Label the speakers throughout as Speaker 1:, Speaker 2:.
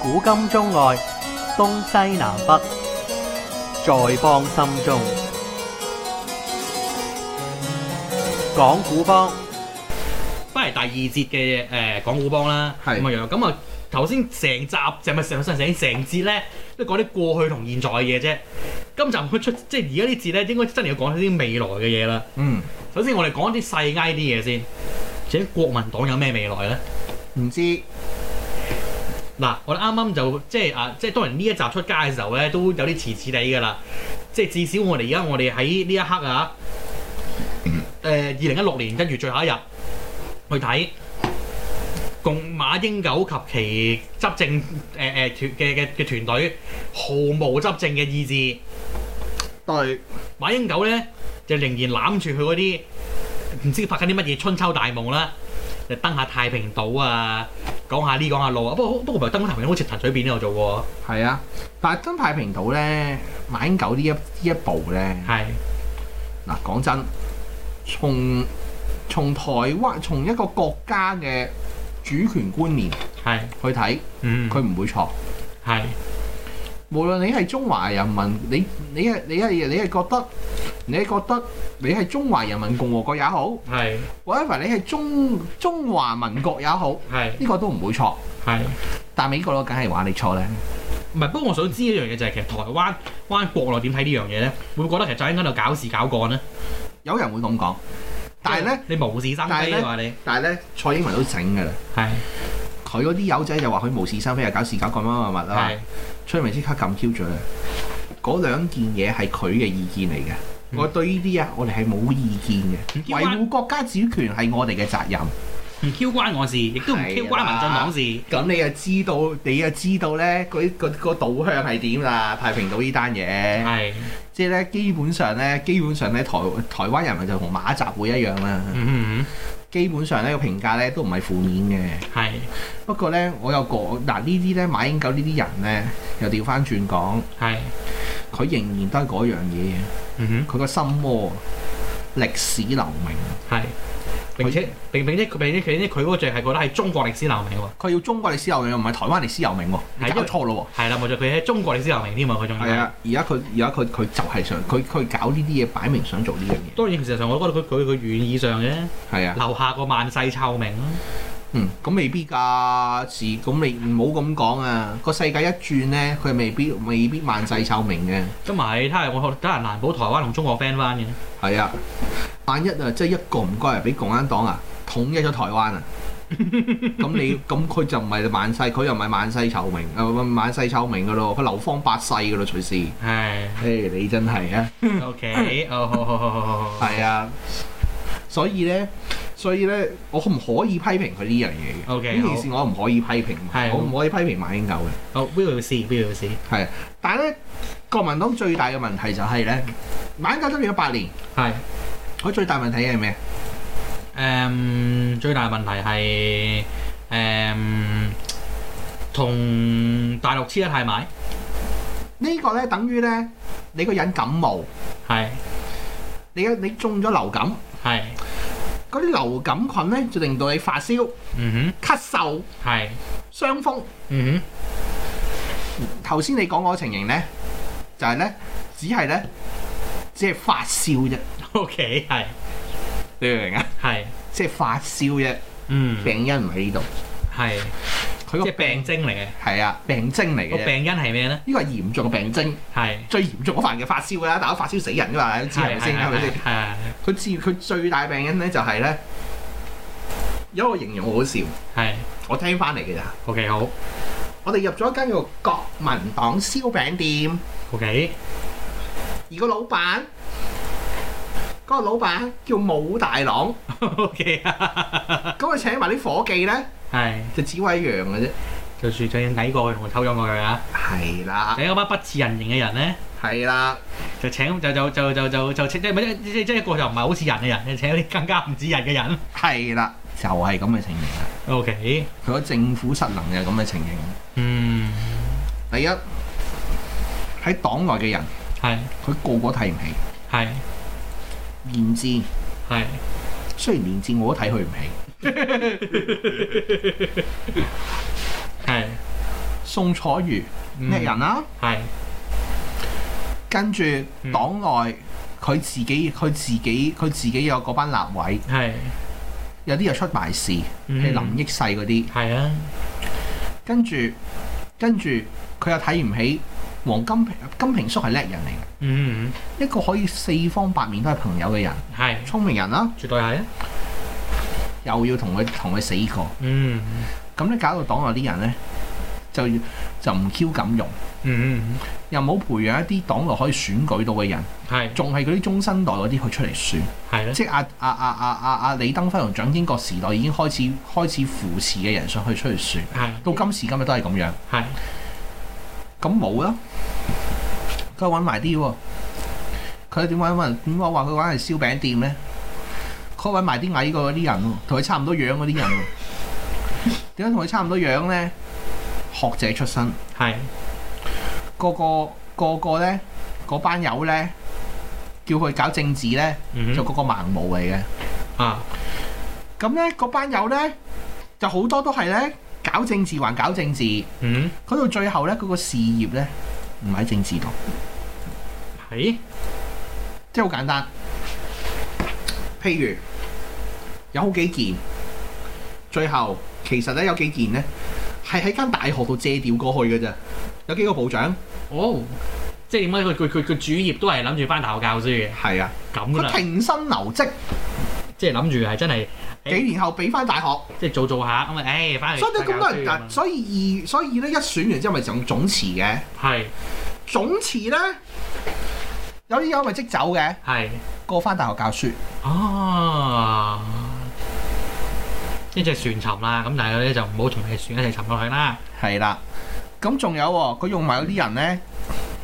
Speaker 1: 古今中外，東西南北，在邦心中。講古幫，
Speaker 2: 翻嚟第二節嘅誒講古幫啦，
Speaker 3: 係
Speaker 2: 咁樣咁啊頭先成集就咪成成成成節咧，都講啲過去同現在嘅嘢啫。今集佢出即係而家呢節咧，應該真係要講啲未來嘅嘢啦。
Speaker 3: 嗯，
Speaker 2: 首先我哋講啲細埃啲嘢先，即係國民黨有咩未來咧？
Speaker 3: 唔知
Speaker 2: 嗱，我哋啱啱就即係啊，即係當然呢一集出街嘅時候咧，都有啲遲遲地㗎啦。即係至少我哋而家我哋喺呢一刻啊，誒二零一六年跟住最後一日去睇共馬英九及其執政誒誒團嘅嘅嘅團隊毫無執政嘅意志。
Speaker 3: 對
Speaker 2: 馬英九咧就仍然攬住佢嗰啲唔知拍緊啲乜嘢春秋大夢啦，就登下太平島啊，講下呢講下路啊。不過不過唔係登太平島，好似陳水扁都有做過
Speaker 3: 係啊，但係真太平島咧，馬英九呢一呢一步咧，
Speaker 2: 喎，係
Speaker 3: 嗱講真，從從台灣從一個國家嘅主權觀念
Speaker 2: 係
Speaker 3: 去睇，
Speaker 2: 嗯
Speaker 3: 佢唔會錯。
Speaker 2: 係
Speaker 3: 無論你係中華人民，你你係你係你係覺得你係覺得你係中華人民共和國也好
Speaker 2: 係
Speaker 3: ，whatever 你係中中華民國也好，呢、
Speaker 2: 係
Speaker 3: 個都唔會錯。
Speaker 2: 係
Speaker 3: 但美國佬梗係話你錯咧。
Speaker 2: 唔係？不過我想知一樣嘢就係、其實台灣灣國內點睇呢樣嘢咧？會唔會覺得其實就應該喺度搞事搞幹咧？
Speaker 3: 有人會咁講，但係咧，
Speaker 2: 你無事生
Speaker 3: 但係
Speaker 2: 非
Speaker 3: 呢
Speaker 2: 話你
Speaker 3: 但係咧，蔡英文都整㗎啦。
Speaker 2: 係
Speaker 3: 佢嗰啲友仔就話佢無事生非啊，搞事搞咁乜乜乜啊
Speaker 2: 係，
Speaker 3: 崔文即刻撳 Q 咗啦。嗰兩件嘢係佢嘅意見嚟嘅，
Speaker 2: 嗯
Speaker 3: 我對呢啲啊，我哋係冇意見嘅。
Speaker 2: 唔 Q
Speaker 3: 維
Speaker 2: 關
Speaker 3: 護國家主權係我哋嘅責任。
Speaker 2: 唔 Q 關我事，亦都唔
Speaker 3: 係啊
Speaker 2: Q 關民進黨事。
Speaker 3: 咁你就知道，你就知道咧，佢個個導向係點啦？太平島呢單嘢，
Speaker 2: 係
Speaker 3: 即係咧，基本上咧，基本上咧，台台灣人民就同馬習會一樣啦。
Speaker 2: 嗯嗯
Speaker 3: 基本上咧個評價咧都唔係負面嘅。
Speaker 2: 嗯係
Speaker 3: 不過咧，我有個嗱呢啲咧馬英九呢啲人咧，又調翻轉講，
Speaker 2: 係
Speaker 3: 佢仍然都係嗰樣嘢，
Speaker 2: 嗯哼。
Speaker 3: 佢個心魔歷史留名，
Speaker 2: 係。並且並並且佢並且佢佢嗰個罪係覺得係中國歷史留名喎，
Speaker 3: 佢要中國歷史留名，唔係台灣歷史留名喎，你
Speaker 2: 係因
Speaker 3: 搞
Speaker 2: 為
Speaker 3: 錯咯
Speaker 2: 係啦冇錯，佢喺中國歷史留名添啊，佢仲
Speaker 3: 喎。
Speaker 2: 要
Speaker 3: 係。啊，而家佢而家佢佢就係想佢佢搞呢啲嘢，擺明想做呢樣嘢。
Speaker 2: 當然，事實上我覺得佢佢佢願意上嘅，
Speaker 3: 係啊，
Speaker 2: 留下個萬世臭名咯。
Speaker 3: 嗯，咁未必㗎，是咁你唔好咁講啊。個世界一轉咧，佢未必未必萬世臭名嘅。
Speaker 2: 咁咪睇下我睇下難保台灣同中國 friend 翻嘅。
Speaker 3: 係啊，萬一啊，即係一個唔該啊，俾共產黨啊統一咗台灣 啊，咁你咁佢就唔係萬世，佢又唔係萬世臭名，啊唔萬世臭名噶咯，佢流芳百世噶咯，隨時。
Speaker 2: 係
Speaker 3: 誒，你真係啊，
Speaker 2: OK，哦好好好好好好。
Speaker 3: 係啊，所以咧，所以咧，我唔可以批評佢呢樣嘢嘅。
Speaker 2: OK，
Speaker 3: 呢件事我唔可以批評
Speaker 2: 係，
Speaker 3: 我唔可以批評馬英九嘅。
Speaker 2: 好，We will see，We will see。
Speaker 3: 但係咧，國民黨最大嘅問題就係咧，馬英九執政咗八年，
Speaker 2: 係
Speaker 3: 佢最大問題係咩？
Speaker 2: 誒，最大問題係誒同大陸黐得太埋，
Speaker 3: 呢個咧等於咧，你個人感冒。
Speaker 2: 係
Speaker 3: 你你中咗流感，
Speaker 2: 係
Speaker 3: 嗰啲流感菌咧就令到你發燒、
Speaker 2: 嗯
Speaker 3: 咳嗽、
Speaker 2: 哼係
Speaker 3: 傷風。
Speaker 2: 嗯哼。
Speaker 3: 頭先你講嗰個情形咧，就係、咧，只係咧，只係發燒啫，
Speaker 2: O K，係
Speaker 3: 你明唔明啊？
Speaker 2: 係，
Speaker 3: 即係發燒啫，
Speaker 2: 嗯，
Speaker 3: 病因唔喺呢度，
Speaker 2: 係，
Speaker 3: 佢
Speaker 2: 即
Speaker 3: 個
Speaker 2: 係病徵嚟嘅。
Speaker 3: 係啊病徵嚟
Speaker 2: 個
Speaker 3: 嘅啫。
Speaker 2: 病因係咩咧？
Speaker 3: 呢個係嚴重嘅病徵，
Speaker 2: 係
Speaker 3: 最嚴重嗰份嘅發燒啦，大佬發燒死人㗎嘛，你知係咪先？係咪先？
Speaker 2: 係係
Speaker 3: 佢治佢最大病因咧就係咧，有一個形容好好笑，
Speaker 2: 係
Speaker 3: 我聽翻嚟嘅咋。
Speaker 2: ，O K 好
Speaker 3: 我哋入咗一間叫國民黨燒餅店，
Speaker 2: ，O K
Speaker 3: 而個老闆，嗰、個老闆叫武大 郎，
Speaker 2: O K 啊，
Speaker 3: 咁佢請埋啲伙計咧，
Speaker 2: 係，
Speaker 3: 就只為一樣嘅啫。
Speaker 2: 就算仲要矮過佢同佢偷咗過佢啊！
Speaker 3: 係啦，
Speaker 2: 你嗰班不似人形嘅人咧，
Speaker 3: 係啦，
Speaker 2: 就請就就就就就就請即係即即即一個就唔係好似人嘅人，你請啲更加唔似人嘅人。
Speaker 3: 係啦，就係咁嘅情形啦。
Speaker 2: O K，
Speaker 3: 佢個政府失能就係咁嘅情形。
Speaker 2: 嗯，
Speaker 3: 第一喺黨內嘅人，
Speaker 2: 係
Speaker 3: 佢個個睇唔起
Speaker 2: 係
Speaker 3: 連戰，
Speaker 2: 係，
Speaker 3: 雖然連戰我都睇佢唔起，
Speaker 2: 係
Speaker 3: 宋楚瑜
Speaker 2: 嗯
Speaker 3: 叻人啦、
Speaker 2: 係
Speaker 3: 跟住
Speaker 2: 嗯
Speaker 3: 黨內佢自己佢自己佢自己有嗰班立委，
Speaker 2: 係
Speaker 3: 有啲又出埋事，譬如
Speaker 2: 嗯
Speaker 3: 林益世嗰啲，
Speaker 2: 係啊，
Speaker 3: 跟住跟住佢又睇唔起黃金平金平叔係叻人嚟
Speaker 2: 嗯
Speaker 3: 嘅，一個可以四方八面都係朋友嘅人，
Speaker 2: 係
Speaker 3: 聰明人啦，
Speaker 2: 絕對係啊，
Speaker 3: 又要同佢同佢死過，
Speaker 2: 嗯
Speaker 3: 咁咧搞到黨內啲人咧就就唔 Q 敢用，
Speaker 2: 嗯
Speaker 3: 又冇培養一啲黨內可以選舉到嘅人，
Speaker 2: 係
Speaker 3: 仲係嗰啲中生代嗰啲佢出嚟選。
Speaker 2: 係啦，
Speaker 3: 即係阿阿阿阿阿阿李登輝同蔣經國時代已經開始開始扶持嘅人上去出去選，
Speaker 2: 係
Speaker 3: 到今時今日都係咁樣，
Speaker 2: 係
Speaker 3: 咁冇啦，佢揾埋啲喎，佢點揾揾？點解我話佢揾係燒餅店咧？佢揾埋啲矮過嗰啲人喎，同佢差唔多樣嗰啲人喎，點解同佢差唔多樣咧？學者出身，
Speaker 2: 係
Speaker 3: 個個個個咧，嗰班友咧，叫佢搞政治咧，
Speaker 2: 嗯
Speaker 3: 就個個盲毛嚟嘅。
Speaker 2: 啊
Speaker 3: 咁咧，嗰班友咧就好多都係咧搞政治還搞政治，嗰
Speaker 2: 嗯
Speaker 3: 到最後咧嗰、個事業咧唔喺政治度，
Speaker 2: 係
Speaker 3: 即係好簡單。譬如有好幾件，最後其實咧有幾件咧係喺間大學度借調過去嘅啫。有幾個部長
Speaker 2: 哦，即係點解佢佢佢佢主業都係諗住翻大學教書嘅
Speaker 3: 係啊，
Speaker 2: 咁啦
Speaker 3: 佢，停薪留職，
Speaker 2: 即係諗住係真係
Speaker 3: 幾年後俾翻大學，
Speaker 2: 即係做做下咁啊，誒翻嚟
Speaker 3: 所以咧咁多人
Speaker 2: 教書咁啊
Speaker 3: 嗱，所以二所以咧一選完之後咪就咁總辭嘅，
Speaker 2: 係
Speaker 3: 總辭咧有啲友咪即走嘅。
Speaker 2: 係。
Speaker 3: 過翻大學教書，
Speaker 2: À. 啊！一隻船沉啦，咁但係咧就唔好同隻船一齊沉落去啦。
Speaker 3: 係啦。咁仲有喎，佢用埋嗰啲人咧，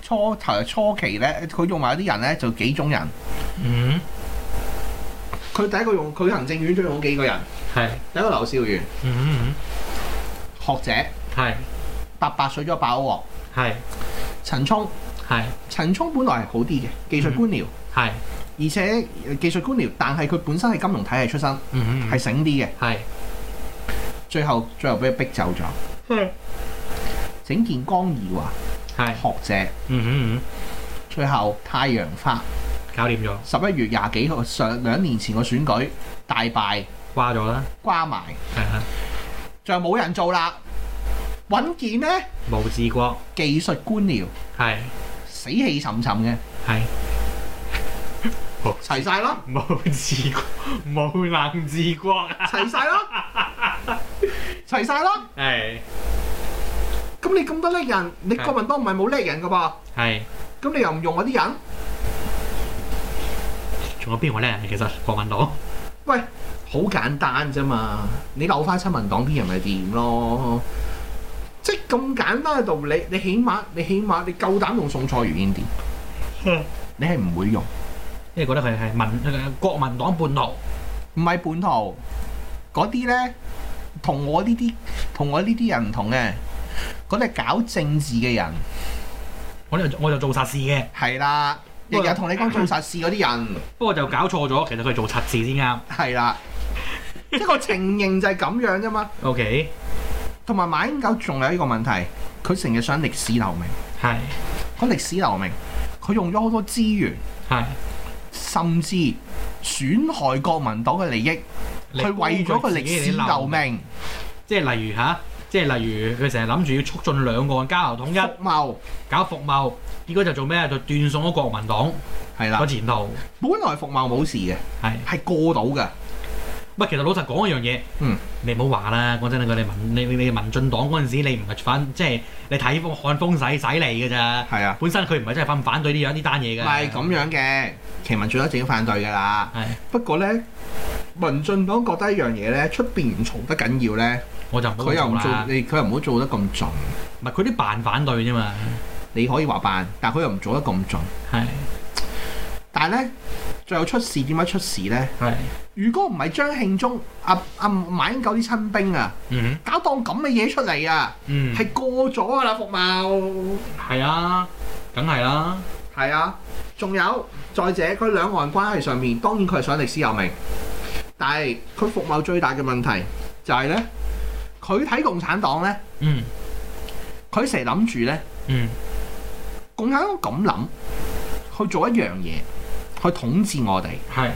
Speaker 3: 初頭初期咧，佢用埋嗰啲人咧就幾種人。
Speaker 2: 嗯，
Speaker 3: 佢第一個用佢行政院長用幾個人，
Speaker 2: 係，
Speaker 3: 第一個劉少元
Speaker 2: 嗯，
Speaker 3: 學者，
Speaker 2: 係，
Speaker 3: 八八水咗爆鑊。
Speaker 2: 係，
Speaker 3: 陳聰，
Speaker 2: 係，
Speaker 3: 陳聰本來係好啲嘅技術官僚，
Speaker 2: 係，
Speaker 3: 而且呃技術官僚，但係佢本身係金融體系出身，
Speaker 2: 嗯，
Speaker 3: 係醒啲嘅。
Speaker 2: 係，
Speaker 3: 最後最後俾佢逼走咗。整件江宜華
Speaker 2: 係，
Speaker 3: 學者，
Speaker 2: 嗯嗯，
Speaker 3: 最後太陽花
Speaker 2: 搞掂咗，
Speaker 3: 十一月廿幾號上兩年前個選舉大敗。
Speaker 2: 掛咗啦，
Speaker 3: 瓜埋，
Speaker 2: 係啊，
Speaker 3: 就冇人做啦。揾件呢
Speaker 2: 無治國，
Speaker 3: 技術官僚，
Speaker 2: 係，
Speaker 3: 死氣沉沉嘅，
Speaker 2: 係，
Speaker 3: 齊晒咯，
Speaker 2: 無治國，無能治國啊，
Speaker 3: 齊晒咯，齊晒咯。
Speaker 2: 係，
Speaker 3: 咁你咁多叻人，你國民黨唔係冇叻人噶噃，
Speaker 2: 係，
Speaker 3: 咁你又唔用嗰啲人？
Speaker 2: 仲有邊個叻人啊？其實國民黨，
Speaker 3: 喂，好簡單啫嘛，你扭翻親民黨啲人咪掂咯。即係咁簡單嘅道理，你起碼你起碼你夠膽用宋楚瑜應點
Speaker 2: 嗯？
Speaker 3: 你係唔會用，
Speaker 2: 因為覺得佢係民國民黨叛徒，
Speaker 3: 唔係本土嗰啲呢，同我呢啲同我呢啲人唔同嘅，嗰啲係搞政治嘅人
Speaker 2: 我呢我就做實事嘅。
Speaker 3: 係啦，日
Speaker 2: 喂
Speaker 3: 日同你講做實事嗰啲人
Speaker 2: 不過就搞錯咗，其實佢係做測字先啱。
Speaker 3: 係啦，一個情形就係咁樣啫嘛。
Speaker 2: O K，
Speaker 3: 同埋馬英九仲有一個問題，佢成日想歷史留名，
Speaker 2: 係
Speaker 3: 講歷史留名，佢用咗好多資源，
Speaker 2: 係，
Speaker 3: 甚至損害國民黨嘅利益，
Speaker 2: 你
Speaker 3: 佢為咗個歷史留，名，
Speaker 2: 即係例如吓，即係例如佢成日諗住要促進兩岸交流統一，
Speaker 3: 服貿
Speaker 2: 搞服貿，結果就做咩就斷送咗國民黨
Speaker 3: 係
Speaker 2: 個
Speaker 3: 啦。
Speaker 2: 前途。
Speaker 3: 本來服貿冇事嘅，
Speaker 2: 係，
Speaker 3: 係過到嘅。
Speaker 2: 喂，其實老實講一樣嘢，
Speaker 3: 嗯，
Speaker 2: 你唔好話啦，講真啦，佢哋民你你你民進黨嗰陣時，你唔係反，即係你睇風看風使使嚟嘅咋，
Speaker 3: 係啊，
Speaker 2: 本身佢唔係真係反唔反對呢樣呢單嘢
Speaker 3: 唔
Speaker 2: 嘅。
Speaker 3: 係咁樣嘅，其民最多政府反對㗎啦。
Speaker 2: 係，
Speaker 3: 不過咧，民進黨覺得一樣嘢咧，出邊唔嘈得緊要咧，
Speaker 2: 我就唔好
Speaker 3: 佢又唔
Speaker 2: 做
Speaker 3: 做
Speaker 2: 啦，
Speaker 3: 你，佢又唔好做得咁盡。
Speaker 2: 唔係佢啲扮反對啫嘛，
Speaker 3: 你可以話辦，但佢又唔做得咁盡。
Speaker 2: 係
Speaker 3: 但係咧，最後出事點解出事咧？
Speaker 2: 係，
Speaker 3: 如果唔係張慶忠、阿阿馬英九啲親兵啊，
Speaker 2: 嗯
Speaker 3: 搞當咁嘅嘢出嚟啊，
Speaker 2: 嗯。
Speaker 3: 係、過咗㗎啦，服貿
Speaker 2: 係啊，梗係啦，
Speaker 3: 係啊。仲有再者，佢兩岸關係上面，當然佢係想歷史有名，但係佢服貿最大嘅問題就係咧，佢睇共產黨咧。
Speaker 2: 嗯，
Speaker 3: 佢成日諗住咧，
Speaker 2: 嗯
Speaker 3: 共產黨咁諗去做一樣嘢，去統治我哋，
Speaker 2: 係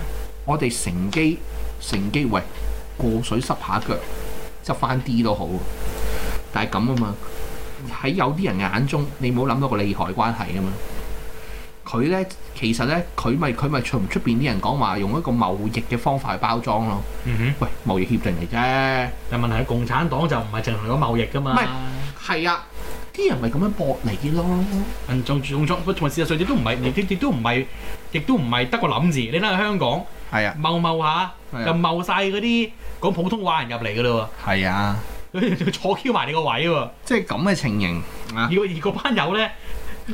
Speaker 3: 我哋乘機乘機喂過水濕下腳，執翻啲都好。啊但係咁啊嘛，喺有啲人眼中，你冇諗到個利害關係啊嘛。佢咧其實咧，佢咪佢咪從出邊啲人講話用一個貿易嘅方法去包裝咯。
Speaker 2: 嗯哼。
Speaker 3: 喂，貿易協定嚟啫。
Speaker 2: 但問題係共產黨就唔係淨係講貿易噶嘛
Speaker 3: 唔，係啊，啲人咪咁樣搏你咯。
Speaker 2: 民眾眾眾同埋事實上亦都唔係，亦亦都唔係，亦都唔係得個諗字。你睇下香港
Speaker 3: 係啊，
Speaker 2: 貿貿下，
Speaker 3: 係
Speaker 2: 就
Speaker 3: 啊，
Speaker 2: 貿晒嗰啲講普通話人入嚟噶啦
Speaker 3: 係啊，
Speaker 2: 喎，佢 坐 Q 埋你個位喎。
Speaker 3: 即係咁嘅情形
Speaker 2: 而
Speaker 3: 啊。
Speaker 2: 而嗰班友咧，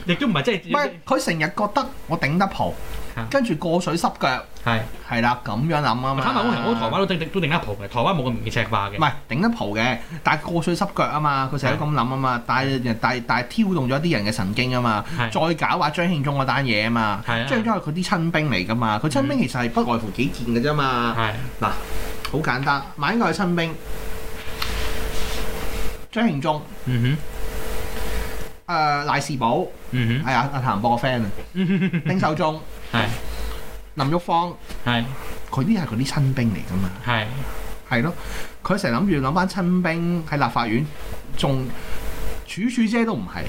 Speaker 2: 亦都唔係即
Speaker 3: 唔係
Speaker 2: 係，
Speaker 3: 佢成日覺得我頂得蒲
Speaker 2: 啊，
Speaker 3: 跟住過水濕腳，
Speaker 2: 係。
Speaker 3: 係啦，咁樣諗啊嘛。
Speaker 2: 坦白講，其實我覺得台灣都定都定得蒲嘅，台灣冇咁容易赤化嘅
Speaker 3: 唔。係頂得蒲嘅，但係過水濕腳啊嘛，佢成日都咁諗啊嘛，但係但係但係挑動咗一啲人嘅神經啊嘛，
Speaker 2: 係
Speaker 3: 再搞話張慶忠嗰單嘢啊嘛，
Speaker 2: 係啊嗯
Speaker 3: 張慶忠係佢啲親兵嚟噶嘛，佢親兵其實係不外乎幾件嘅啫嘛，
Speaker 2: 係
Speaker 3: 好簡單，馬英九係親兵，張慶忠，誒、
Speaker 2: 嗯
Speaker 3: 賴士寶，
Speaker 2: 哼嗯
Speaker 3: 係啊阿譚博個 friend 啊，丁守中，
Speaker 2: 係
Speaker 3: 林玉芳，
Speaker 2: 哼係
Speaker 3: 佢啲係佢啲親兵嚟噶嘛。
Speaker 2: 係
Speaker 3: 係咯，佢成日諗住諗翻親兵喺立法院，仲處處姐都唔係，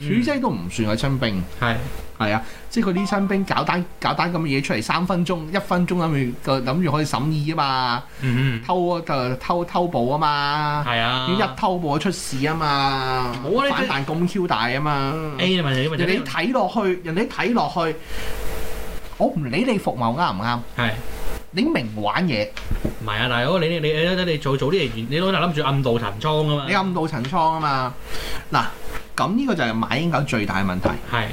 Speaker 2: 嗯
Speaker 3: 處姐都唔算係親兵，
Speaker 2: 係
Speaker 3: 係啊，即係佢啲親兵搞單搞單咁嘅嘢出嚟，三分鐘、一分鐘諗住個諗住可以審議啊嘛，
Speaker 2: 嗯
Speaker 3: 偷就偷偷步啊
Speaker 2: 哼
Speaker 3: 嘛，
Speaker 2: 係
Speaker 3: 要一
Speaker 2: 啊。
Speaker 3: 偷步就出事啊嘛，
Speaker 2: 冇啊你
Speaker 3: 反
Speaker 2: 真
Speaker 3: 彈咁 Q 大啊嘛，
Speaker 2: A 你問你問
Speaker 3: 人哋睇落去，人哋睇落去，我唔理你服貿啱唔啱，
Speaker 2: 係。
Speaker 3: 你明玩嘢，
Speaker 2: 唔係啊，大佬，你你你你你做做啲嘢，你老豆諗住暗度陳倉噶嘛？
Speaker 3: 你暗度陳倉啊嘛，嗱，咁呢個就係馬英九最大嘅問題。
Speaker 2: 係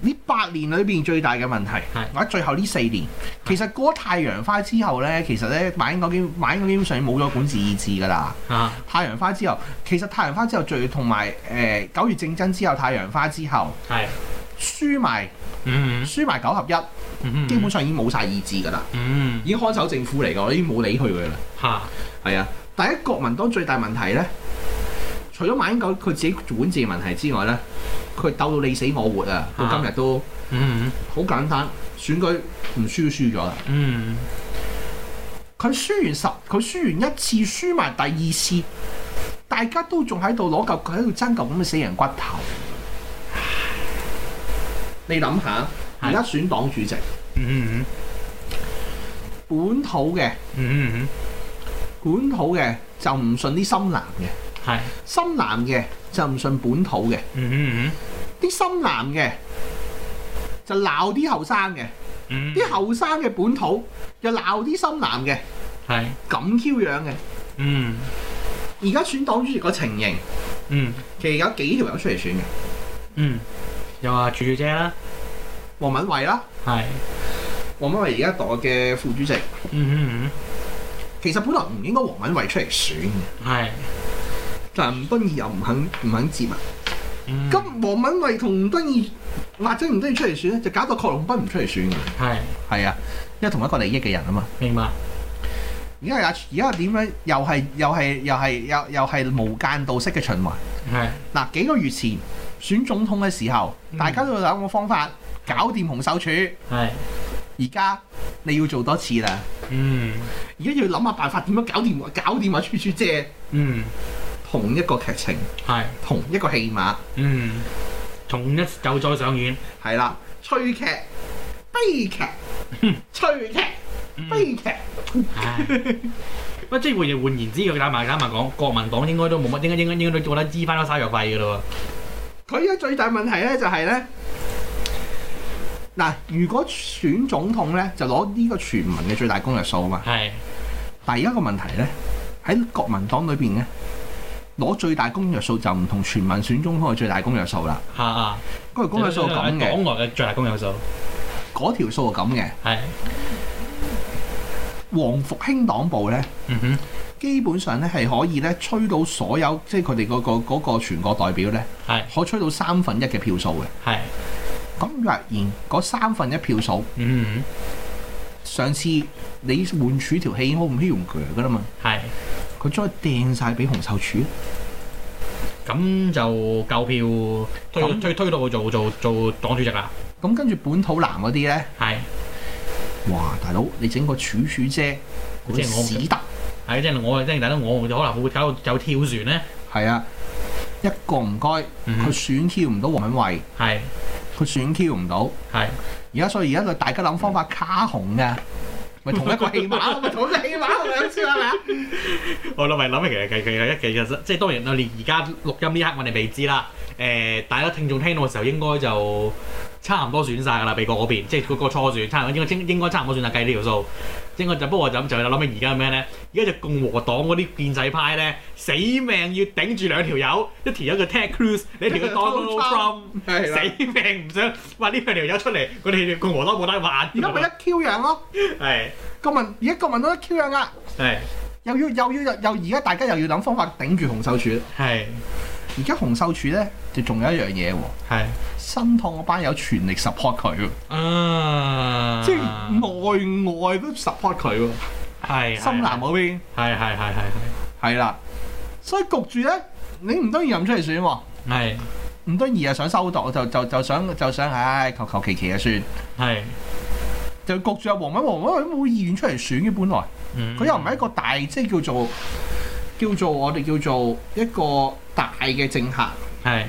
Speaker 3: 呢八年裏邊最大嘅問題
Speaker 2: 係，
Speaker 3: 或者最後呢四年，其實嗰個太陽花之後呢，其實呢，馬英九基馬英九基本上冇咗管治意志㗎啦。
Speaker 2: 啊，
Speaker 3: 太陽花之後，其實太陽花之後最同埋誒九月政爭之後，太陽花之後
Speaker 2: 係
Speaker 3: 輸埋
Speaker 2: 嗯
Speaker 3: 輸埋九合一，
Speaker 2: 嗯，
Speaker 3: 基本上已經冇晒意志㗎啦，
Speaker 2: 嗯
Speaker 3: 已經看守政府嚟㗎，我已經冇理佢㗎啦。
Speaker 2: 嚇
Speaker 3: 係啊，第一國民黨最大問題呢，除咗馬英九佢自己管治嘅問題之外呢，佢鬥到你死我活啊，到今日都
Speaker 2: 嗯
Speaker 3: 好簡單，選舉唔輸都輸咗啦。
Speaker 2: 嗯
Speaker 3: 佢輸完十，佢輸完一次，輸埋第二次，大家都仲喺度攞嚿，佢喺度爭嚿咁嘅死人骨頭。你諗下，而家選黨主席，
Speaker 2: 嗯
Speaker 3: 本土嘅
Speaker 2: 嗯嗯
Speaker 3: 本土嘅就唔信啲深藍嘅，
Speaker 2: 係
Speaker 3: 深藍嘅就唔信本土嘅，
Speaker 2: 嗯
Speaker 3: 啲深藍嘅就鬧啲後生嘅，
Speaker 2: 嗯
Speaker 3: 啲後生嘅本土又鬧啲深藍嘅，
Speaker 2: 係
Speaker 3: 咁 Q 樣嘅。
Speaker 2: 嗯
Speaker 3: 而家選黨主席個情形，
Speaker 2: 嗯
Speaker 3: 其實有幾條友出嚟選嘅，
Speaker 2: 嗯，又話柱姐啦，
Speaker 3: 黃敏惠啦，
Speaker 2: 係
Speaker 3: 黃敏惠而家代嘅副主席，
Speaker 2: 嗯嗯
Speaker 3: 其實本來唔應該黃敏惠出嚟選嘅，
Speaker 2: 係
Speaker 3: 但係吳敦義又唔肯唔肯接啊。咁黃敏惠同吳敦義或者吳敦義出嚟選咧，就搞到郝龍斌唔出嚟選嘅。
Speaker 2: 係
Speaker 3: 係啊，因為同一個利益嘅人啊嘛。
Speaker 2: 明白
Speaker 3: 而家有而家點樣？又係又係又係又又係無間道式嘅循環。
Speaker 2: 係
Speaker 3: 嗱，幾個月前選總統嘅時候，
Speaker 2: 嗯
Speaker 3: 大家都有諗個方法搞掂紅手處。
Speaker 2: 係
Speaker 3: 而家你要做多次啦，
Speaker 2: 嗯
Speaker 3: 而家要諗下辦法點樣搞掂搞掂阿處處姐，
Speaker 2: 嗯
Speaker 3: 同一個劇情，
Speaker 2: 係
Speaker 3: 同一個戲碼，
Speaker 2: 嗯，同一就再上演，
Speaker 3: 係啦，吹劇、悲劇、吹劇、悲劇，
Speaker 2: 唉，喂，即係換言換言之，佢坦白坦白講，國民黨應該都冇乜，應該應該應該都覺得醫翻咗嘥藥費嘅咯
Speaker 3: 佢而家最大問題咧就係咧，嗱，如果選總統咧就攞呢個全民嘅最大公約數啊嘛
Speaker 2: 喎。，係
Speaker 3: 但係而家個問題咧喺國民黨裏邊咧攞最大公約數就唔同全民選總統嘅最大公約數啦，
Speaker 2: 嚇啊！
Speaker 3: 嗰條公約數係咁嘅，
Speaker 2: 黨內嘅最大公有數
Speaker 3: 嗰條數係咁嘅。
Speaker 2: 係，
Speaker 3: 黃復興黨部咧，
Speaker 2: 嗯哼，
Speaker 3: 基本上咧係可以咧吹到所有，即係佢哋嗰個嗰、個全國代表咧，
Speaker 2: 係
Speaker 3: 可吹到三分一嘅票數嘅。
Speaker 2: 係，
Speaker 3: 咁若然嗰三分一票數，
Speaker 2: 嗯
Speaker 3: 上次你換柱條氣好唔稀用鋸噶啦嘛，
Speaker 2: 哼，係
Speaker 3: 佢將佢掟晒俾洪秀柱，
Speaker 2: 咁就夠票推到
Speaker 3: 咁
Speaker 2: 推推到佢做做做黨主席啦，
Speaker 3: 咁跟住本土南嗰啲咧，
Speaker 2: 係
Speaker 3: 哇！大佬你整個處處姐嗰
Speaker 2: 即
Speaker 3: 啲
Speaker 2: 係我唔
Speaker 3: 屎突，
Speaker 2: 係即係我即係大佬，我就可能會搞到有跳船咧，
Speaker 3: 係啊，一個唔該，佢
Speaker 2: 嗯
Speaker 3: 選 Q 唔到黃敏惠，
Speaker 2: 係
Speaker 3: 佢選 Q 唔到，
Speaker 2: 係
Speaker 3: 而家所以而家佢大家諗方法卡紅嘅，咪同一個戲碼，咪同一個戲碼，咪好似係 咪啊？
Speaker 2: 我諗咪諗起其實其實其實其實即係當然我哋而家錄音呢刻我哋未知啦。誒、大家聽眾聽到嘅時候應該就差唔多選晒㗎啦，美國嗰邊即係嗰個初選差唔多應該應應該差唔多選晒計呢條數。應該就不過就咁就諗起而家咩咧？而家就共和黨嗰啲建制派咧，死命要頂住兩條友，一條友叫 Ted Cruz，另一條 叫 Donald Trump，
Speaker 3: 係啦，
Speaker 2: 死命唔想話呢兩條友出嚟，佢哋共和黨冇得玩。
Speaker 3: 而家咪一 Q 樣咯，
Speaker 2: 係
Speaker 3: 國民而家國民都一 Q 樣啊！
Speaker 2: 係
Speaker 3: 又要又要又而家大家又要諗方法頂住紅秀柱，
Speaker 2: 係
Speaker 3: 而家紅秀柱咧就仲有一樣嘢喎，
Speaker 2: 係
Speaker 3: 新黨嗰班友全力 support 佢喎，
Speaker 2: 啊！
Speaker 3: 即係外外都 support 佢喎，
Speaker 2: 係啊
Speaker 3: 深藍嗰邊
Speaker 2: 係係係係
Speaker 3: 係啦，所以焗住咧，你唔得要任出嚟選喎，
Speaker 2: 係
Speaker 3: 唔得二啊想收檔就就就想就想唉求求其其就算，
Speaker 2: 係
Speaker 3: 就焗住阿黃敏黃敏佢冇意願出嚟選嘅本來。
Speaker 2: 嗯，
Speaker 3: 佢又唔係一個大，即係叫做叫做我哋叫做一個大嘅政客。
Speaker 2: 係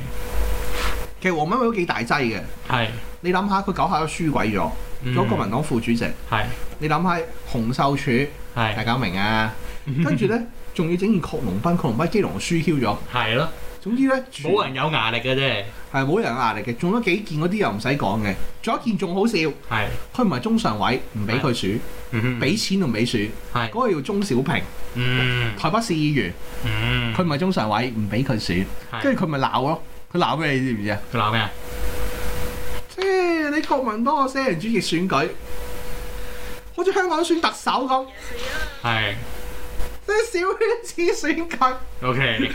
Speaker 3: 其實黃敏偉都幾大劑嘅。
Speaker 2: 係
Speaker 3: 你諗下，佢九下都輸鬼咗，
Speaker 2: Ừ. 嗯
Speaker 3: 做咗國民黨副主席。
Speaker 2: 係
Speaker 3: 你諗下洪秀柱，大
Speaker 2: 係
Speaker 3: 家明啊？跟住咧，仲要整件擴龍賓，擴龍賓基隆輸 Q 咗。
Speaker 2: 係咯，
Speaker 3: 總之咧，全
Speaker 2: 冇人有壓力嘅啫，
Speaker 3: 係冇人壓力嘅。中咗幾件嗰啲又唔使講嘅，仲有一件仲好笑，
Speaker 2: 係
Speaker 3: 佢唔係中常委，唔俾佢選，
Speaker 2: 嗯
Speaker 3: 俾錢同俾選，
Speaker 2: 係
Speaker 3: 嗰個叫鐘小平，
Speaker 2: 嗯
Speaker 3: 台北市議員，
Speaker 2: 嗯，
Speaker 3: 佢唔係中常委，唔俾佢選。跟
Speaker 2: 係
Speaker 3: 住佢咪鬧咯，佢鬧咩你知唔知啊？
Speaker 2: 佢鬧咩啊？
Speaker 3: 即係你國民黨個死人主席選舉，好似香港選特首咁，
Speaker 2: 係
Speaker 3: 即係小圈子選舉，
Speaker 2: OK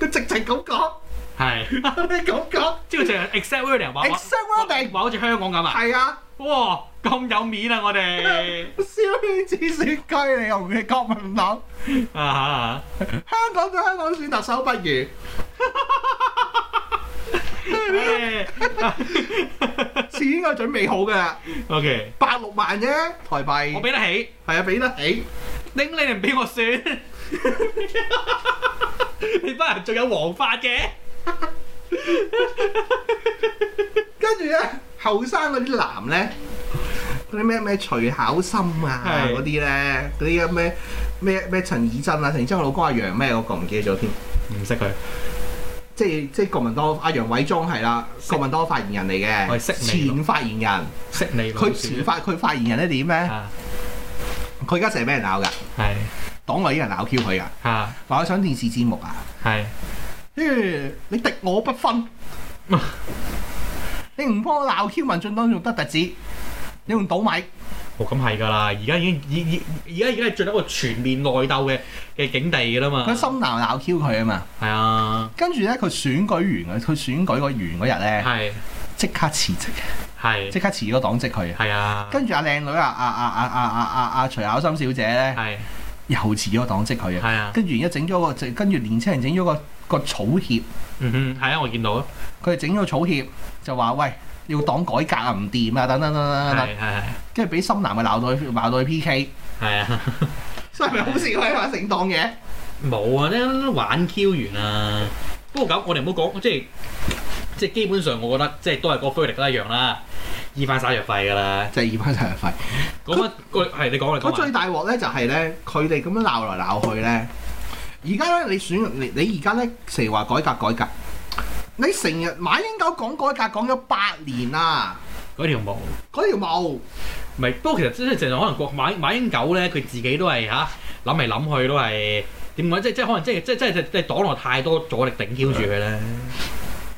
Speaker 3: 佢直情咁講，
Speaker 2: 係，
Speaker 3: 你咁講
Speaker 2: 即係佢淨係 exact wording 話
Speaker 3: ，exact wording
Speaker 2: 話好似香港咁啊！
Speaker 3: 係啊，
Speaker 2: 哇，咁有面啊 我哋
Speaker 3: 小圈子選舉你又唔係國民黨，
Speaker 2: À, 啊
Speaker 3: 香港就香港選特首不如，錢應該準備好㗎啦，
Speaker 2: OK，
Speaker 3: 八六萬啫台
Speaker 2: 我
Speaker 3: 幣，
Speaker 2: 俾得起，
Speaker 3: 係啊俾得起，
Speaker 2: 拎你哋唔俾我選，你班人仲有黃髮嘅。
Speaker 3: 跟住咧後生嗰啲男咧。嗰啲咩咩徐巧芯啊，
Speaker 2: 係
Speaker 3: 嗰啲咧，嗰啲咩咩咩陳以真啊，陳以真我老公阿楊咩嗰個唔記得咗添，
Speaker 2: 唔識佢，
Speaker 3: 即係即係國民黨阿楊偉忠係啦，國民黨發言人嚟
Speaker 2: 我係
Speaker 3: 嘅，
Speaker 2: 識你咯
Speaker 3: 前發言人，
Speaker 2: 識你
Speaker 3: 佢前發佢發言人咧點咧？
Speaker 2: 啊，
Speaker 3: 佢而家成日俾人鬧㗎，
Speaker 2: 係
Speaker 3: 黨內啲人鬧 Q 佢㗎，
Speaker 2: 啊，
Speaker 3: 話佢上電視節目啊，
Speaker 2: 係
Speaker 3: 咦你敵我不 分，你唔幫我鬧 Q 民進黨仲得特指，你用倒米。
Speaker 2: 哦，咁係㗎啦，而家已經已已而家而家係進入一個全面內鬥嘅嘅境地㗎啦嘛，
Speaker 3: 佢深鬧鬧 Q 佢啊嘛，
Speaker 2: 係啊，
Speaker 3: 跟住咧佢選舉完佢選舉個完嗰日咧，
Speaker 2: 係
Speaker 3: 即刻辭職，
Speaker 2: 係
Speaker 3: 即刻辭咗黨職佢。
Speaker 2: 係啊，
Speaker 3: 跟住阿靚女啊啊啊啊啊啊啊啊徐巧芯小姐咧，
Speaker 2: 係
Speaker 3: 又辭咗黨職佢啊。
Speaker 2: 係啊，
Speaker 3: 跟住而家整咗個，跟住年青人整咗個個草協，
Speaker 2: 嗯哼，係啊，我見到啊，
Speaker 3: 佢哋整咗個草協就話喂要黨改革啊唔掂啊等等等等等等，
Speaker 2: 係係係
Speaker 3: 跟住俾深藍咪鬧到去鬧到去 PK，
Speaker 2: 係啊，
Speaker 3: 所以咪好笑係嘛成黨嘢。
Speaker 2: 冇啊，咧玩 Q 完啦，不過咁我哋唔好講，即係即係基本上我覺得即係都係個菲力都一樣啦，醫翻晒藥費㗎啦，
Speaker 3: 就係二班就係廢。
Speaker 2: 講翻個係你講你啊
Speaker 3: 我
Speaker 2: 講
Speaker 3: 最
Speaker 2: 埋，
Speaker 3: 大鑊咧就係咧，佢哋咁樣鬧來鬧去咧。而家咧，你選你你而家咧成日話改革改革，你成日馬英九講改革講咗八年啦，
Speaker 2: 嗰條毛。
Speaker 3: 嗰條毛。
Speaker 2: 唔係，不過其實真係淨係可能國馬馬英九咧，佢自己都係吓諗嚟諗去都係點講？即即可能即即即即即黨內太多阻力頂挑住佢咧。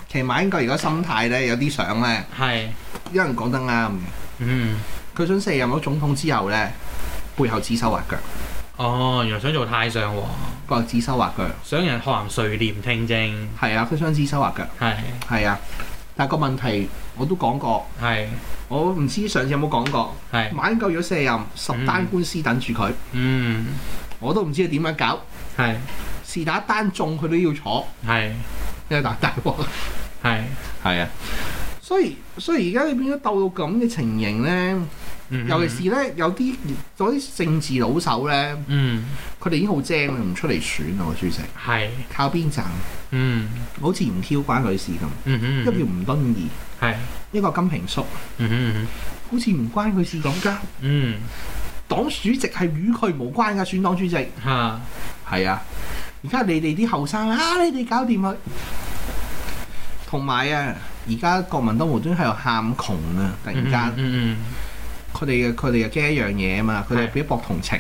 Speaker 3: 其實馬英九而家心態咧有啲想咧，
Speaker 2: 係，
Speaker 3: 有人講得啱嘅。
Speaker 2: 嗯，
Speaker 3: 佢想卸任咗總統之後咧，背後指手畫腳，
Speaker 2: 哦，原來想做太上皇，
Speaker 3: 背後指手畫腳。
Speaker 2: 想人學行垂簾聽政，
Speaker 3: 係啊，佢想指手畫腳。
Speaker 2: 係
Speaker 3: 係啊，但係個問題我都講過，
Speaker 2: 係
Speaker 3: 我唔知上次有冇講過。
Speaker 2: 係，
Speaker 3: 馬英九如果卸任，十單官司等住佢，
Speaker 2: 嗯
Speaker 3: 我都唔知佢點樣搞。
Speaker 2: 係
Speaker 3: 先是但一單中佢都要坐，
Speaker 2: 係
Speaker 3: 因為大大鑊。
Speaker 2: 係
Speaker 3: 係啊，所以所以而家你變咗鬥到咁嘅情形咧，
Speaker 2: 嗯
Speaker 3: 尤其是咧有啲嗰啲政治老手咧，
Speaker 2: 嗯
Speaker 3: 佢哋已經好精啦，唔出嚟選啊，主席
Speaker 2: 係
Speaker 3: 靠邊站，
Speaker 2: 嗯
Speaker 3: 好似唔挑關佢事咁。
Speaker 2: 嗯哼
Speaker 3: 一
Speaker 2: 嗯
Speaker 3: 個
Speaker 2: 哼
Speaker 3: 叫吳敦義，
Speaker 2: 係
Speaker 3: 一個金平叔，
Speaker 2: 嗯哼嗯哼
Speaker 3: 好似唔關佢事咁㗎。
Speaker 2: 嗯
Speaker 3: 黨主席係與佢無關㗎，選黨主席
Speaker 2: 嚇
Speaker 3: 係啊。而家你哋啲後生啊，你哋搞掂佢。同埋啊，而家國民黨無端喺度喊窮啊！突
Speaker 2: Ừ.
Speaker 3: 然間，
Speaker 2: 嗯嗯
Speaker 3: 佢哋嘅佢哋又驚一樣嘢啊嘛，佢哋
Speaker 2: 係
Speaker 3: 俾博同情。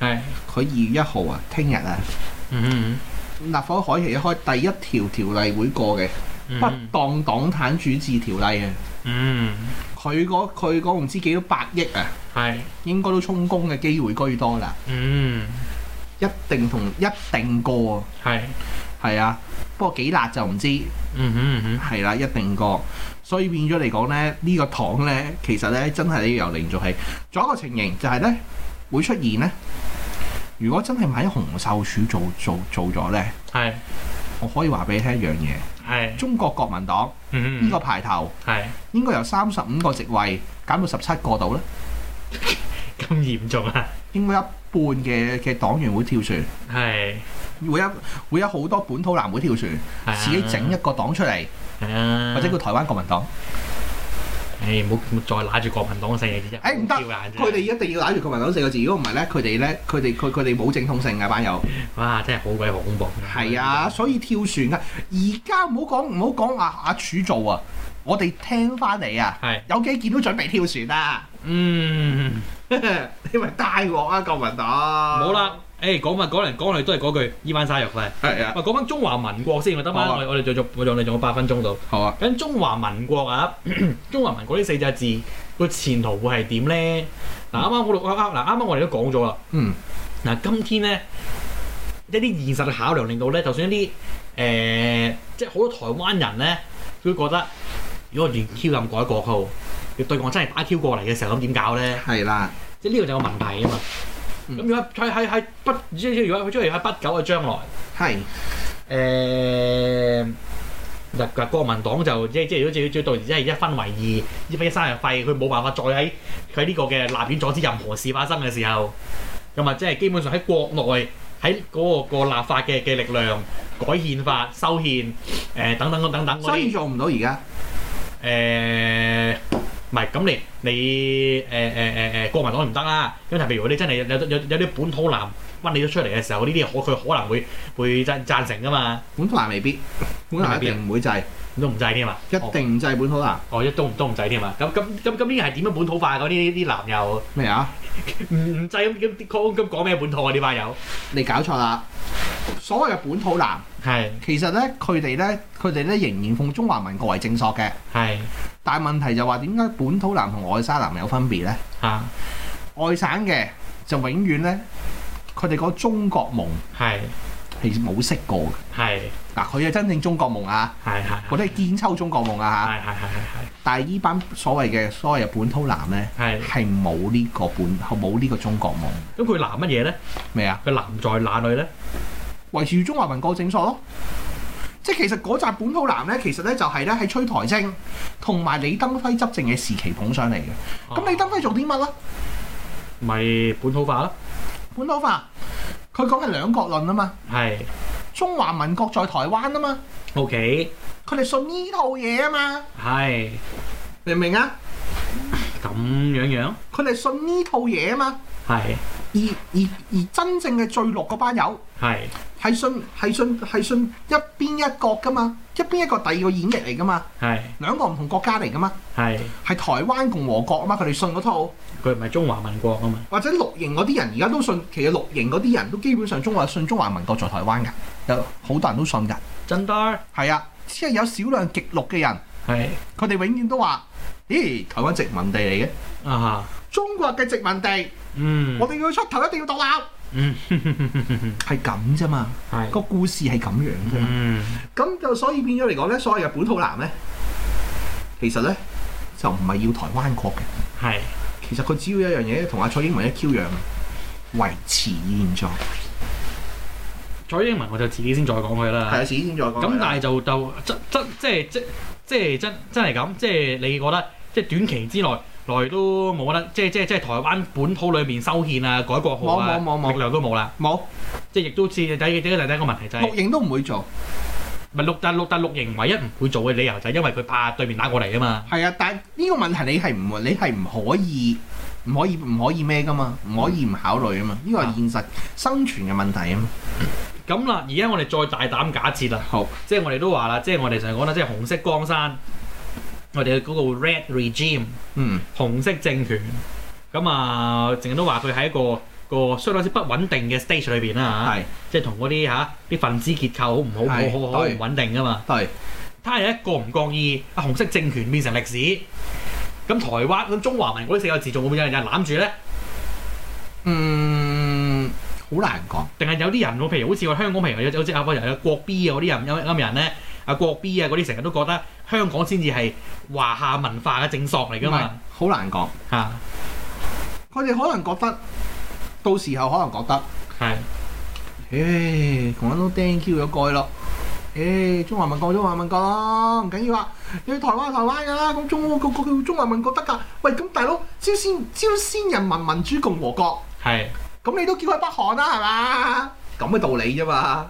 Speaker 2: 嗯係
Speaker 3: 佢二月一號啊，聽日啊，
Speaker 2: 嗯哼
Speaker 3: 立法會海期一開，第一條條例會過嘅
Speaker 2: 嗯
Speaker 3: 不
Speaker 2: 哼
Speaker 3: 當黨產主治條例啊，
Speaker 2: 嗯
Speaker 3: 佢嗰佢嗰唔知幾多百億啊，
Speaker 2: 係
Speaker 3: 應該都充公嘅機會居多啦，
Speaker 2: 嗯
Speaker 3: 一定同一定過啊，
Speaker 2: 係
Speaker 3: 係啊，不過幾辣就唔知，
Speaker 2: 嗯哼嗯哼
Speaker 3: 係啦、一定過，所以變咗嚟講呢，呢、個糖呢，其實呢，真係要由零做起。仲有一個情形就係呢，會出現呢，如果真係買紅秀柱做做做咗呢，
Speaker 2: 係
Speaker 3: 我可以話俾你聽一樣嘢。
Speaker 2: 係
Speaker 3: 中國國民黨
Speaker 2: 嗯
Speaker 3: 呢
Speaker 2: 哼
Speaker 3: 個排頭
Speaker 2: 係
Speaker 3: 應該由三十五個席位減到十七個度咧，
Speaker 2: 咁嚴重啊
Speaker 3: 應該一半嘅嘅黨員會跳船，
Speaker 2: 係
Speaker 3: 會有會有好多本土男會跳船，
Speaker 2: 係啊
Speaker 3: 自己整一個黨出嚟，
Speaker 2: 係啊
Speaker 3: 或者叫台灣國民黨。
Speaker 2: 誒唔好唔好再揦住國民黨性嘅嘢，
Speaker 3: 誒唔得
Speaker 2: 好挑眼啫
Speaker 3: 佢哋一定要揦住國民黨四個字，如果唔係咧，佢哋咧佢哋佢佢哋冇正統性嘅班友。
Speaker 2: 哇真係好鬼恐怖。
Speaker 3: 係啊，，所以跳船噶。而家唔好講唔好講阿阿柱做啊，我哋聽翻嚟啊，
Speaker 2: 係
Speaker 3: 有幾件都準備跳船啊，
Speaker 2: 嗯。
Speaker 3: 你咪大鑊啊國民黨。
Speaker 2: 冇
Speaker 3: 冇，
Speaker 2: 啦，誒講埋講嚟講去都係嗰句依班沙藥費。
Speaker 3: 係啊，
Speaker 2: 喂，講翻中華民國先，我得翻
Speaker 3: 好
Speaker 2: 我
Speaker 3: 啊
Speaker 2: 哋我哋仲仲我哋仲有八分鐘到。
Speaker 3: 好啊。
Speaker 2: 咁中華民國啊， 中華民國呢四隻字個前途會係點咧？嗱，啱啱我哋啱啊嗱啱啱我哋都講咗啦。
Speaker 3: 嗯，
Speaker 2: 嗱，今天咧一啲現實嘅考量令到咧，就算一啲誒、呃即係好多台灣人咧都會覺得，如果亂 Q 咁改國號，要對岸真係打 Q 過嚟嘅時候，咁點搞咧？
Speaker 3: 係啦。
Speaker 2: 即係呢個就有問題啊嘛。
Speaker 3: 嗯
Speaker 2: 咁如果喺喺喺不即係如果佢出嚟喺不久嘅將來，誒、
Speaker 3: 係
Speaker 2: 嗱嗱國民黨就即係即係如果最最到時即係一分為二，一分一三日廢，佢冇辦法再喺喺呢個嘅立院阻止任何事發生嘅時候，咁啊即係基本上喺國內喺嗰、個、個立法嘅嘅力量改憲法、修憲誒、等等等等嗰
Speaker 3: 所以
Speaker 2: 啲
Speaker 3: 做唔到而家。
Speaker 2: Ờ, 誒。唔係咁，你你誒誒誒誒國民黨唔得啦。咁但係譬如你真係有有有有啲本土男掹你咗出嚟嘅時候，呢啲嘢可佢可能會會贊贊成噶嘛。
Speaker 3: 本土男未必，本土男一定唔會制，
Speaker 2: 都唔制添啊！
Speaker 3: 一定唔制本土男
Speaker 2: 哦，一都唔都唔制添啊！咁咁咁咁呢個係點樣本土化嗰啲啲男友
Speaker 3: 咩啊？
Speaker 2: 唔唔制咁咁講咁講咩本土啊？呢班友
Speaker 3: 你搞錯啦！所謂嘅本土男，
Speaker 2: 係
Speaker 3: 其實咧佢哋咧佢哋咧仍然奉中華民國為正朔嘅，
Speaker 2: 係
Speaker 3: 但係問題就話點解本土男同外省男有分別咧？
Speaker 2: 嚇
Speaker 3: 外省嘅就永遠咧，佢哋個中國夢
Speaker 2: 係
Speaker 3: 係冇識過嘅。
Speaker 2: 係
Speaker 3: 嗱，佢係真正中國夢啊，
Speaker 2: 係係
Speaker 3: 嗰啲係堅秋中國夢啊嚇。
Speaker 2: 係係係
Speaker 3: 但係呢班所謂嘅所謂嘅本土男咧，
Speaker 2: 係係
Speaker 3: 係冇呢個本冇呢個中國夢。
Speaker 2: 咁佢男乜嘢咧？
Speaker 3: 咩啊？
Speaker 2: 佢男在哪裏咧？
Speaker 3: 維持住中華民國正朔咯。即係其實嗰扎本土男咧，其實咧就係咧喺崔台晶同埋李登輝執政嘅時期捧上嚟嘅。
Speaker 2: 啊
Speaker 3: 咁李登輝做啲乜咧？
Speaker 2: Ờ, 咪本土化咯？
Speaker 3: 本土化，佢講嘅兩國論啊嘛，
Speaker 2: 係
Speaker 3: 中華民國在台灣啊嘛，
Speaker 2: OK
Speaker 3: 佢哋信呢套嘢啊嘛，
Speaker 2: 係
Speaker 3: 明唔明啊？
Speaker 2: 咁樣樣
Speaker 3: 佢哋信呢套嘢啊嘛，
Speaker 2: 係
Speaker 3: 而而而真正嘅最綠嗰班友。
Speaker 2: 係
Speaker 3: 係信係信係信一邊一國噶嘛，一邊一個第二個演繹嚟噶嘛，
Speaker 2: 係
Speaker 3: 兩個唔同國家嚟噶嘛，
Speaker 2: 係
Speaker 3: 係台灣共和國啊嘛，佢哋信嗰套，
Speaker 2: 佢唔係中華民國啊嘛？
Speaker 3: 或者綠營嗰啲人而家都信，其實綠營嗰啲人都基本上中華信中華民國在台灣㗎，有好多人都信㗎，
Speaker 2: 真得
Speaker 3: 係啊，只係有少量極綠嘅人，
Speaker 2: 係
Speaker 3: 佢哋永遠都話：咦，台灣殖民地嚟嘅，
Speaker 2: 啊
Speaker 3: 中國嘅殖民地，
Speaker 2: 嗯
Speaker 3: 我哋要出頭一定要獨立，
Speaker 2: 嗯
Speaker 3: 係咁啫嘛，
Speaker 2: 係
Speaker 3: 個故事係咁樣啫嘛。
Speaker 2: 嗯。
Speaker 3: 咁就所以變咗嚟講咧，所謂嘅本土男咧，其實咧就唔係要台灣國嘅，
Speaker 2: 係
Speaker 3: 其實佢只要一樣嘢，同阿蔡英文一 Q 樣，維持現狀。
Speaker 2: 咗英文我就自己先再講佢啦。
Speaker 3: 係啊，事先再講。
Speaker 2: 咁但係就就真真即係即即係真真係咁，即係你覺得即係短期之內內都冇得，即係即係即係台灣本土裏面修憲啊、改國號啊，
Speaker 3: 冇冇冇冇
Speaker 2: 力量都冇啦。
Speaker 3: 冇
Speaker 2: 即係亦都似第第第一個問題就係、
Speaker 3: 錄影都唔會做。
Speaker 2: 咪六但六但六營唯一唔會做嘅理由就係因為佢怕對面打過嚟啊嘛。
Speaker 3: 係啊，但係呢個問題你係唔你係唔可以唔可以唔可以咩噶嘛？唔可以唔考慮啊嘛？呢個係現實生存嘅問題啊嘛。
Speaker 2: 咁啦，而家我哋再大膽假設啦，
Speaker 3: 好，
Speaker 2: 即係我哋都話啦，即係我哋成日講啦，即係紅色江山，我哋嗰個 red regime
Speaker 3: 嗯，
Speaker 2: 紅色政權，咁啊，成日都話佢喺一個個相當之不穩定嘅 stage 裏邊啦
Speaker 3: 係
Speaker 2: 嚇，即係同嗰啲嚇啲分子結構好唔好
Speaker 3: 係
Speaker 2: 好好好
Speaker 3: 對
Speaker 2: 唔穩定噶嘛。
Speaker 3: 對，
Speaker 2: 睇下有一個唔覺意，啊紅色政權變成歷史，咁台灣咁中華民國呢四個字仲會唔會有人攬住咧？
Speaker 3: 嗯，好難講。
Speaker 2: 定係有啲人喎，譬如好似我香港，譬如有有隻有個人有國 B 啊嗰啲人，有有人咧，啊國 B 啊嗰啲成日都覺得香港先至係華夏文化嘅正朔嚟噶嘛
Speaker 3: 唔係好難講。
Speaker 2: 嚇，
Speaker 3: 佢哋可能覺得，到時候可能覺得，
Speaker 2: 係
Speaker 3: 誒，同人都釘 Q 咗蓋咯。誒，中華民國，中華民國咯，唔緊要啊！你去台灣，台灣㗎啦，咁中個個叫中華民國得㗎。喂，咁大佬，朝鮮朝鮮人民民主共和國，
Speaker 2: 係。
Speaker 3: 咁你都叫佢北韓啦，係嘛？咁嘅道理啫嘛。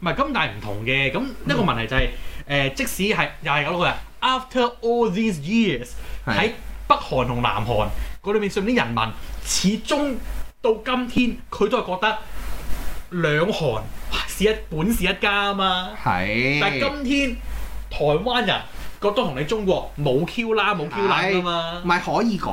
Speaker 2: 唔係咁，但係唔同嘅。咁一個問題就係、誒，即使係又係嗰個啊，after all these years
Speaker 3: 係
Speaker 2: 喺北韓同南韓嗰裏面上面啲人民，始終到今天佢都係覺得兩韓是一本是一家啊嘛。
Speaker 3: 係
Speaker 2: 但係今天台灣人覺得同你中國冇 Q 啦，冇 Q 啦㗎嘛
Speaker 3: 唔。係可以改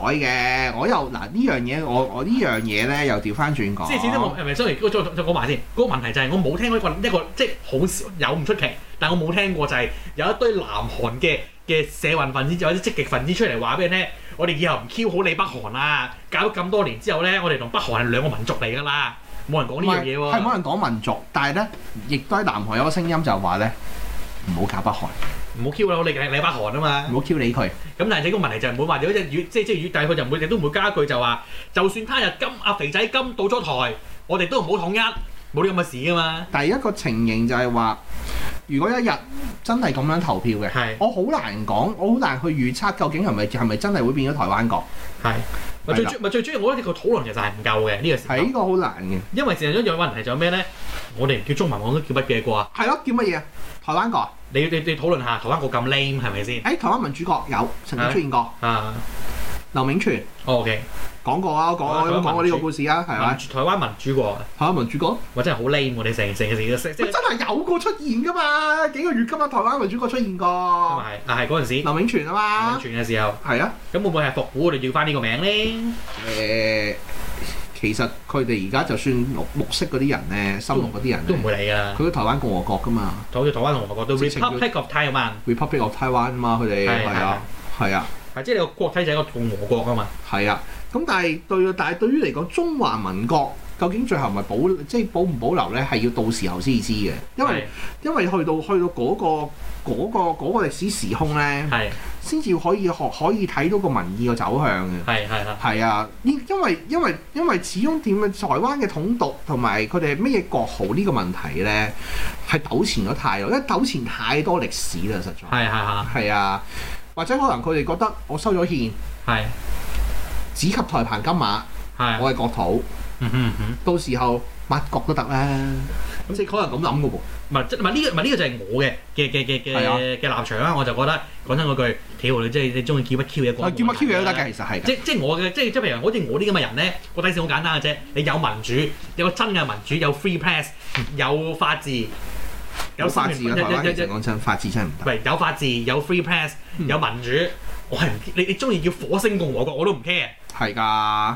Speaker 3: 嘅，我又嗱呢樣嘢，我我呢樣嘢咧又調翻轉講。
Speaker 2: 即係始終我誒咪 sorry，我再再講埋先。嗰、個問題就係我冇聽過一個一個即係好少有唔出奇，但我冇聽過就係有一堆南韓嘅嘅社運分子或者積極分子出嚟話俾你聽，我哋以後唔 Q 好你北韓啦。搞咗咁多年之後咧，我哋同北韓係兩個民族嚟㗎啦，冇人講呢樣嘢
Speaker 3: 係冇
Speaker 2: 喎。
Speaker 3: 人講民族，但係咧，亦都喺南韓有個聲音就話咧，唔好搞北韓，
Speaker 2: 唔好 Q 啦，我哋係你北韓啊嘛。
Speaker 3: 唔好 Q 理佢。
Speaker 2: 咁但係呢個問題就係唔會話有一隻魚，即係即係魚，但係佢就唔會亦都唔會加一句就話，就算他日金阿肥仔金到咗台，我哋都唔好統一，冇呢咁嘅事㗎嘛。
Speaker 3: 第一個情形就係話，如果一日真係咁樣投票嘅，
Speaker 2: 係
Speaker 3: 我好難講，我好難去預測究竟係咪係咪真係會變咗台灣國，
Speaker 2: 係。咪最
Speaker 3: 係啦
Speaker 2: 主咪最主要，我覺得個討論其實係唔夠嘅呢個時
Speaker 3: 係
Speaker 2: 候
Speaker 3: 呢，個好難嘅。
Speaker 2: 因為成日都有問題就係咩咧？我哋唔叫中文，我都叫乜嘢啩？
Speaker 3: 係咯，叫乜嘢啊？台灣國，誒、
Speaker 2: 你你你討論下台灣個咁 lame 係咪先？
Speaker 3: 台灣民主國有曾經出現過，
Speaker 2: 啊
Speaker 3: 劉銘傳
Speaker 2: 哦，OK，
Speaker 3: 講過啊，我講
Speaker 2: 啊
Speaker 3: 我有
Speaker 2: 台灣
Speaker 3: 講過呢
Speaker 2: 民主
Speaker 3: 個故事啊，係咪
Speaker 2: 民？主台灣民主國，
Speaker 3: 台灣民主國，
Speaker 2: 我真係好 lame 我哋成成件事，即
Speaker 3: 喂
Speaker 2: 係
Speaker 3: 真係有個出現噶嘛？幾個月噶嘛？台灣民主國出現
Speaker 2: 同
Speaker 3: 過，
Speaker 2: 埋啊係嗰陣時
Speaker 3: 劉銘傳啊嘛，
Speaker 2: 傳嘅時候，
Speaker 3: 係啊。
Speaker 2: 咁會唔會係復古我哋要翻呢個名咧？
Speaker 3: 誒、其實佢哋而家就算綠綠色嗰啲人咧，深綠嗰啲人
Speaker 2: 都唔
Speaker 3: 呢
Speaker 2: 會嚟㗎。
Speaker 3: 佢都台灣共和國噶嘛
Speaker 2: 好似台灣同外國都
Speaker 3: 直情叫
Speaker 2: Republic of Taiwan，
Speaker 3: ，Republic of Taiwan 啊嘛，佢哋
Speaker 2: 係
Speaker 3: 係啊，係啊，
Speaker 2: 係即係你個國體就係一個共和國啊嘛。
Speaker 3: 係啊。咁但係對，但係對於嚟講，中華民國究竟最後係咪保，即係保唔保留咧，係要到時候先知嘅，因為因為去到去到嗰、個。嗰、個嗰、個歷史時空咧，
Speaker 2: 係
Speaker 3: 先至可以學可以睇到個民意嘅走向嘅。
Speaker 2: 係係係
Speaker 3: 係啊，因因為因為因為始終點啊，台灣嘅統獨同埋佢哋咩嘢國號呢個問題呢，係糾纏咗太耐，因為糾纏太多歷史啦，實在
Speaker 2: 係係
Speaker 3: 係啊，或者可能佢哋覺得我收咗憲，
Speaker 2: 係
Speaker 3: 只及台澎金馬，
Speaker 2: 係。
Speaker 3: 我係國土，
Speaker 2: 嗯哼嗯哼。
Speaker 3: 到時候乜國都得啦，咁即係可能咁諗嘅喎。
Speaker 2: 唔係，即係唔係呢個唔係呢個就係我嘅嘅嘅嘅
Speaker 3: 係啊
Speaker 2: 嘅嘅立場啦。我就覺得講真嗰句，屌你即係你中意叫乜 Q 嘢講，
Speaker 3: 我啊叫乜 Q 嘢都得嘅，。其實係㗎。
Speaker 2: 啊即即係我嘅，即係即係譬如好似我啲咁嘅人咧，個底線好簡單嘅啫。你有民主，有個真嘅民主，有 free press，有法治，有
Speaker 3: 有法治啦，
Speaker 2: 新
Speaker 3: 台
Speaker 2: 聞
Speaker 3: 灣
Speaker 2: 有
Speaker 3: 其
Speaker 2: 有
Speaker 3: 實
Speaker 2: 有
Speaker 3: 講真，法治真係唔
Speaker 2: 唔
Speaker 3: 得。
Speaker 2: 係有法治，有 free press，
Speaker 3: 嗯
Speaker 2: 有民主。我係唔你你中意叫火星共和國我都唔 care。
Speaker 3: 係㗎，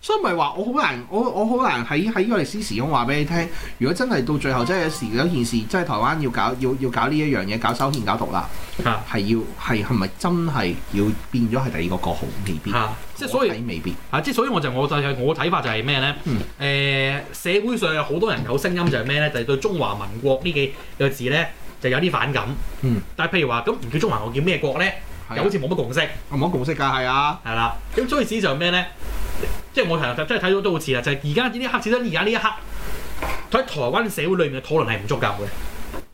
Speaker 3: 所以咪話我好難，我我好難喺喺呢個歷史時空話俾你聽。如果真係到最後真係有時有件事，真係台灣要搞要要搞呢一樣嘢，搞修憲搞獨立，
Speaker 2: 啊
Speaker 3: 係要係係咪真係要變咗係第二個國號？未必，
Speaker 2: 嚇，即係所以
Speaker 3: 我睇未必
Speaker 2: 啊！即係所以我就我就係我睇法就係咩咧？誒、
Speaker 3: 嗯
Speaker 2: 社會上有好多人有聲音就係咩咧？就係、對中華民國呢幾個字咧就有啲反感。
Speaker 3: 嗯。
Speaker 2: 但係譬如話咁唔叫中華民國叫咩國咧？又
Speaker 3: 啊有
Speaker 2: 好似冇乜共識係啊
Speaker 3: 我冇共識㗎，係啊，
Speaker 2: 啦。咁所以事實上咩咧？即係我提即係睇到都好似啦，就係而家呢一刻，始終而家呢一刻，喺台灣社會裏面嘅討論係唔足夠嘅，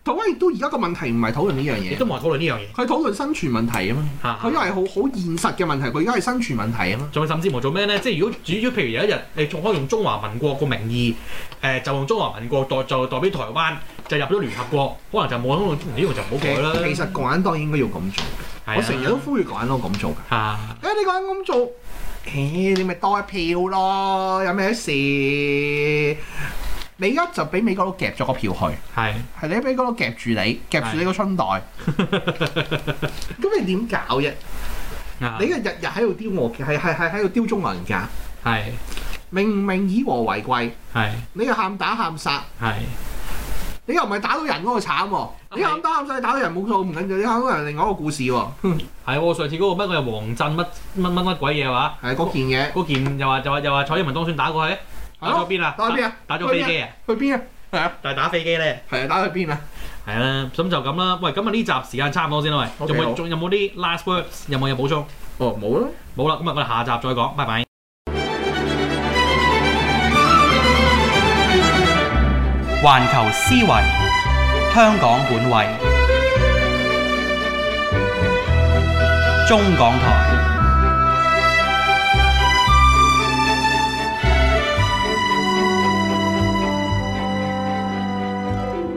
Speaker 3: 台灣亦都而家個問題唔係討論呢樣
Speaker 2: 亦
Speaker 3: 嘢
Speaker 2: 都，冇人討論呢樣嘢
Speaker 3: 佢討論生存問題啊嘛。
Speaker 2: 嚇嚇
Speaker 3: 佢因為好好現實嘅問題，佢而家係生存問題啊嘛。
Speaker 2: 仲有甚至乎做咩咧？即係如果主要譬如有一日你仲可以用中華民國個名義，誒、呃就用中華民國代就代表台灣，就入咗聯合國，可能就冇用呢樣就唔好改啦。
Speaker 3: 其實共產黨應該要咁做，
Speaker 2: 係啊
Speaker 3: 我成日都呼籲共產黨咁做㗎。
Speaker 2: 啊，
Speaker 3: 誒、哎你講咁做，誒、你咪多一票咯，有咩事？你而家就俾美國佬夾咗個票去，
Speaker 2: 係
Speaker 3: 係你俾美國佬夾住你，夾住你個春 袋，咁你點搞啫？
Speaker 2: 啊
Speaker 3: 你而家日日喺度丟我，係係係喺度丟中華人㗎，
Speaker 2: 係
Speaker 3: 明明以和為貴，
Speaker 2: 係
Speaker 3: 你又喊打喊殺，
Speaker 2: 係
Speaker 3: 你又唔係打到人嗰個慘喎，你喊打喊殺，你打到人冇錯唔緊要，你喊到人另外一個故事喎，
Speaker 2: 係喎！上次嗰個乜鬼又黃振乜乜乜乜鬼嘢話，
Speaker 3: 係嗰件嘢，
Speaker 2: 嗰件又話就話又話蔡英文當選打過去，打
Speaker 3: 係
Speaker 2: 咗
Speaker 3: 咯，
Speaker 2: 邊啊？
Speaker 3: 打咗邊啊？
Speaker 2: 打咗飛機啊！
Speaker 3: 去邊啊？係啊，
Speaker 2: 但係打飛機咧，
Speaker 3: 係啊，打去邊啊？
Speaker 2: 係啦，咁就咁啦。喂，咁啊呢集時間差唔多先啦，喂，
Speaker 3: OK，
Speaker 2: 仲有
Speaker 3: 好
Speaker 2: 冇仲有冇啲 last words？有冇嘢補充？
Speaker 3: 哦，冇啦。
Speaker 2: 冇啦，咁啊，我哋下集再講，拜拜。
Speaker 1: 環球思維，香港本位，中港台。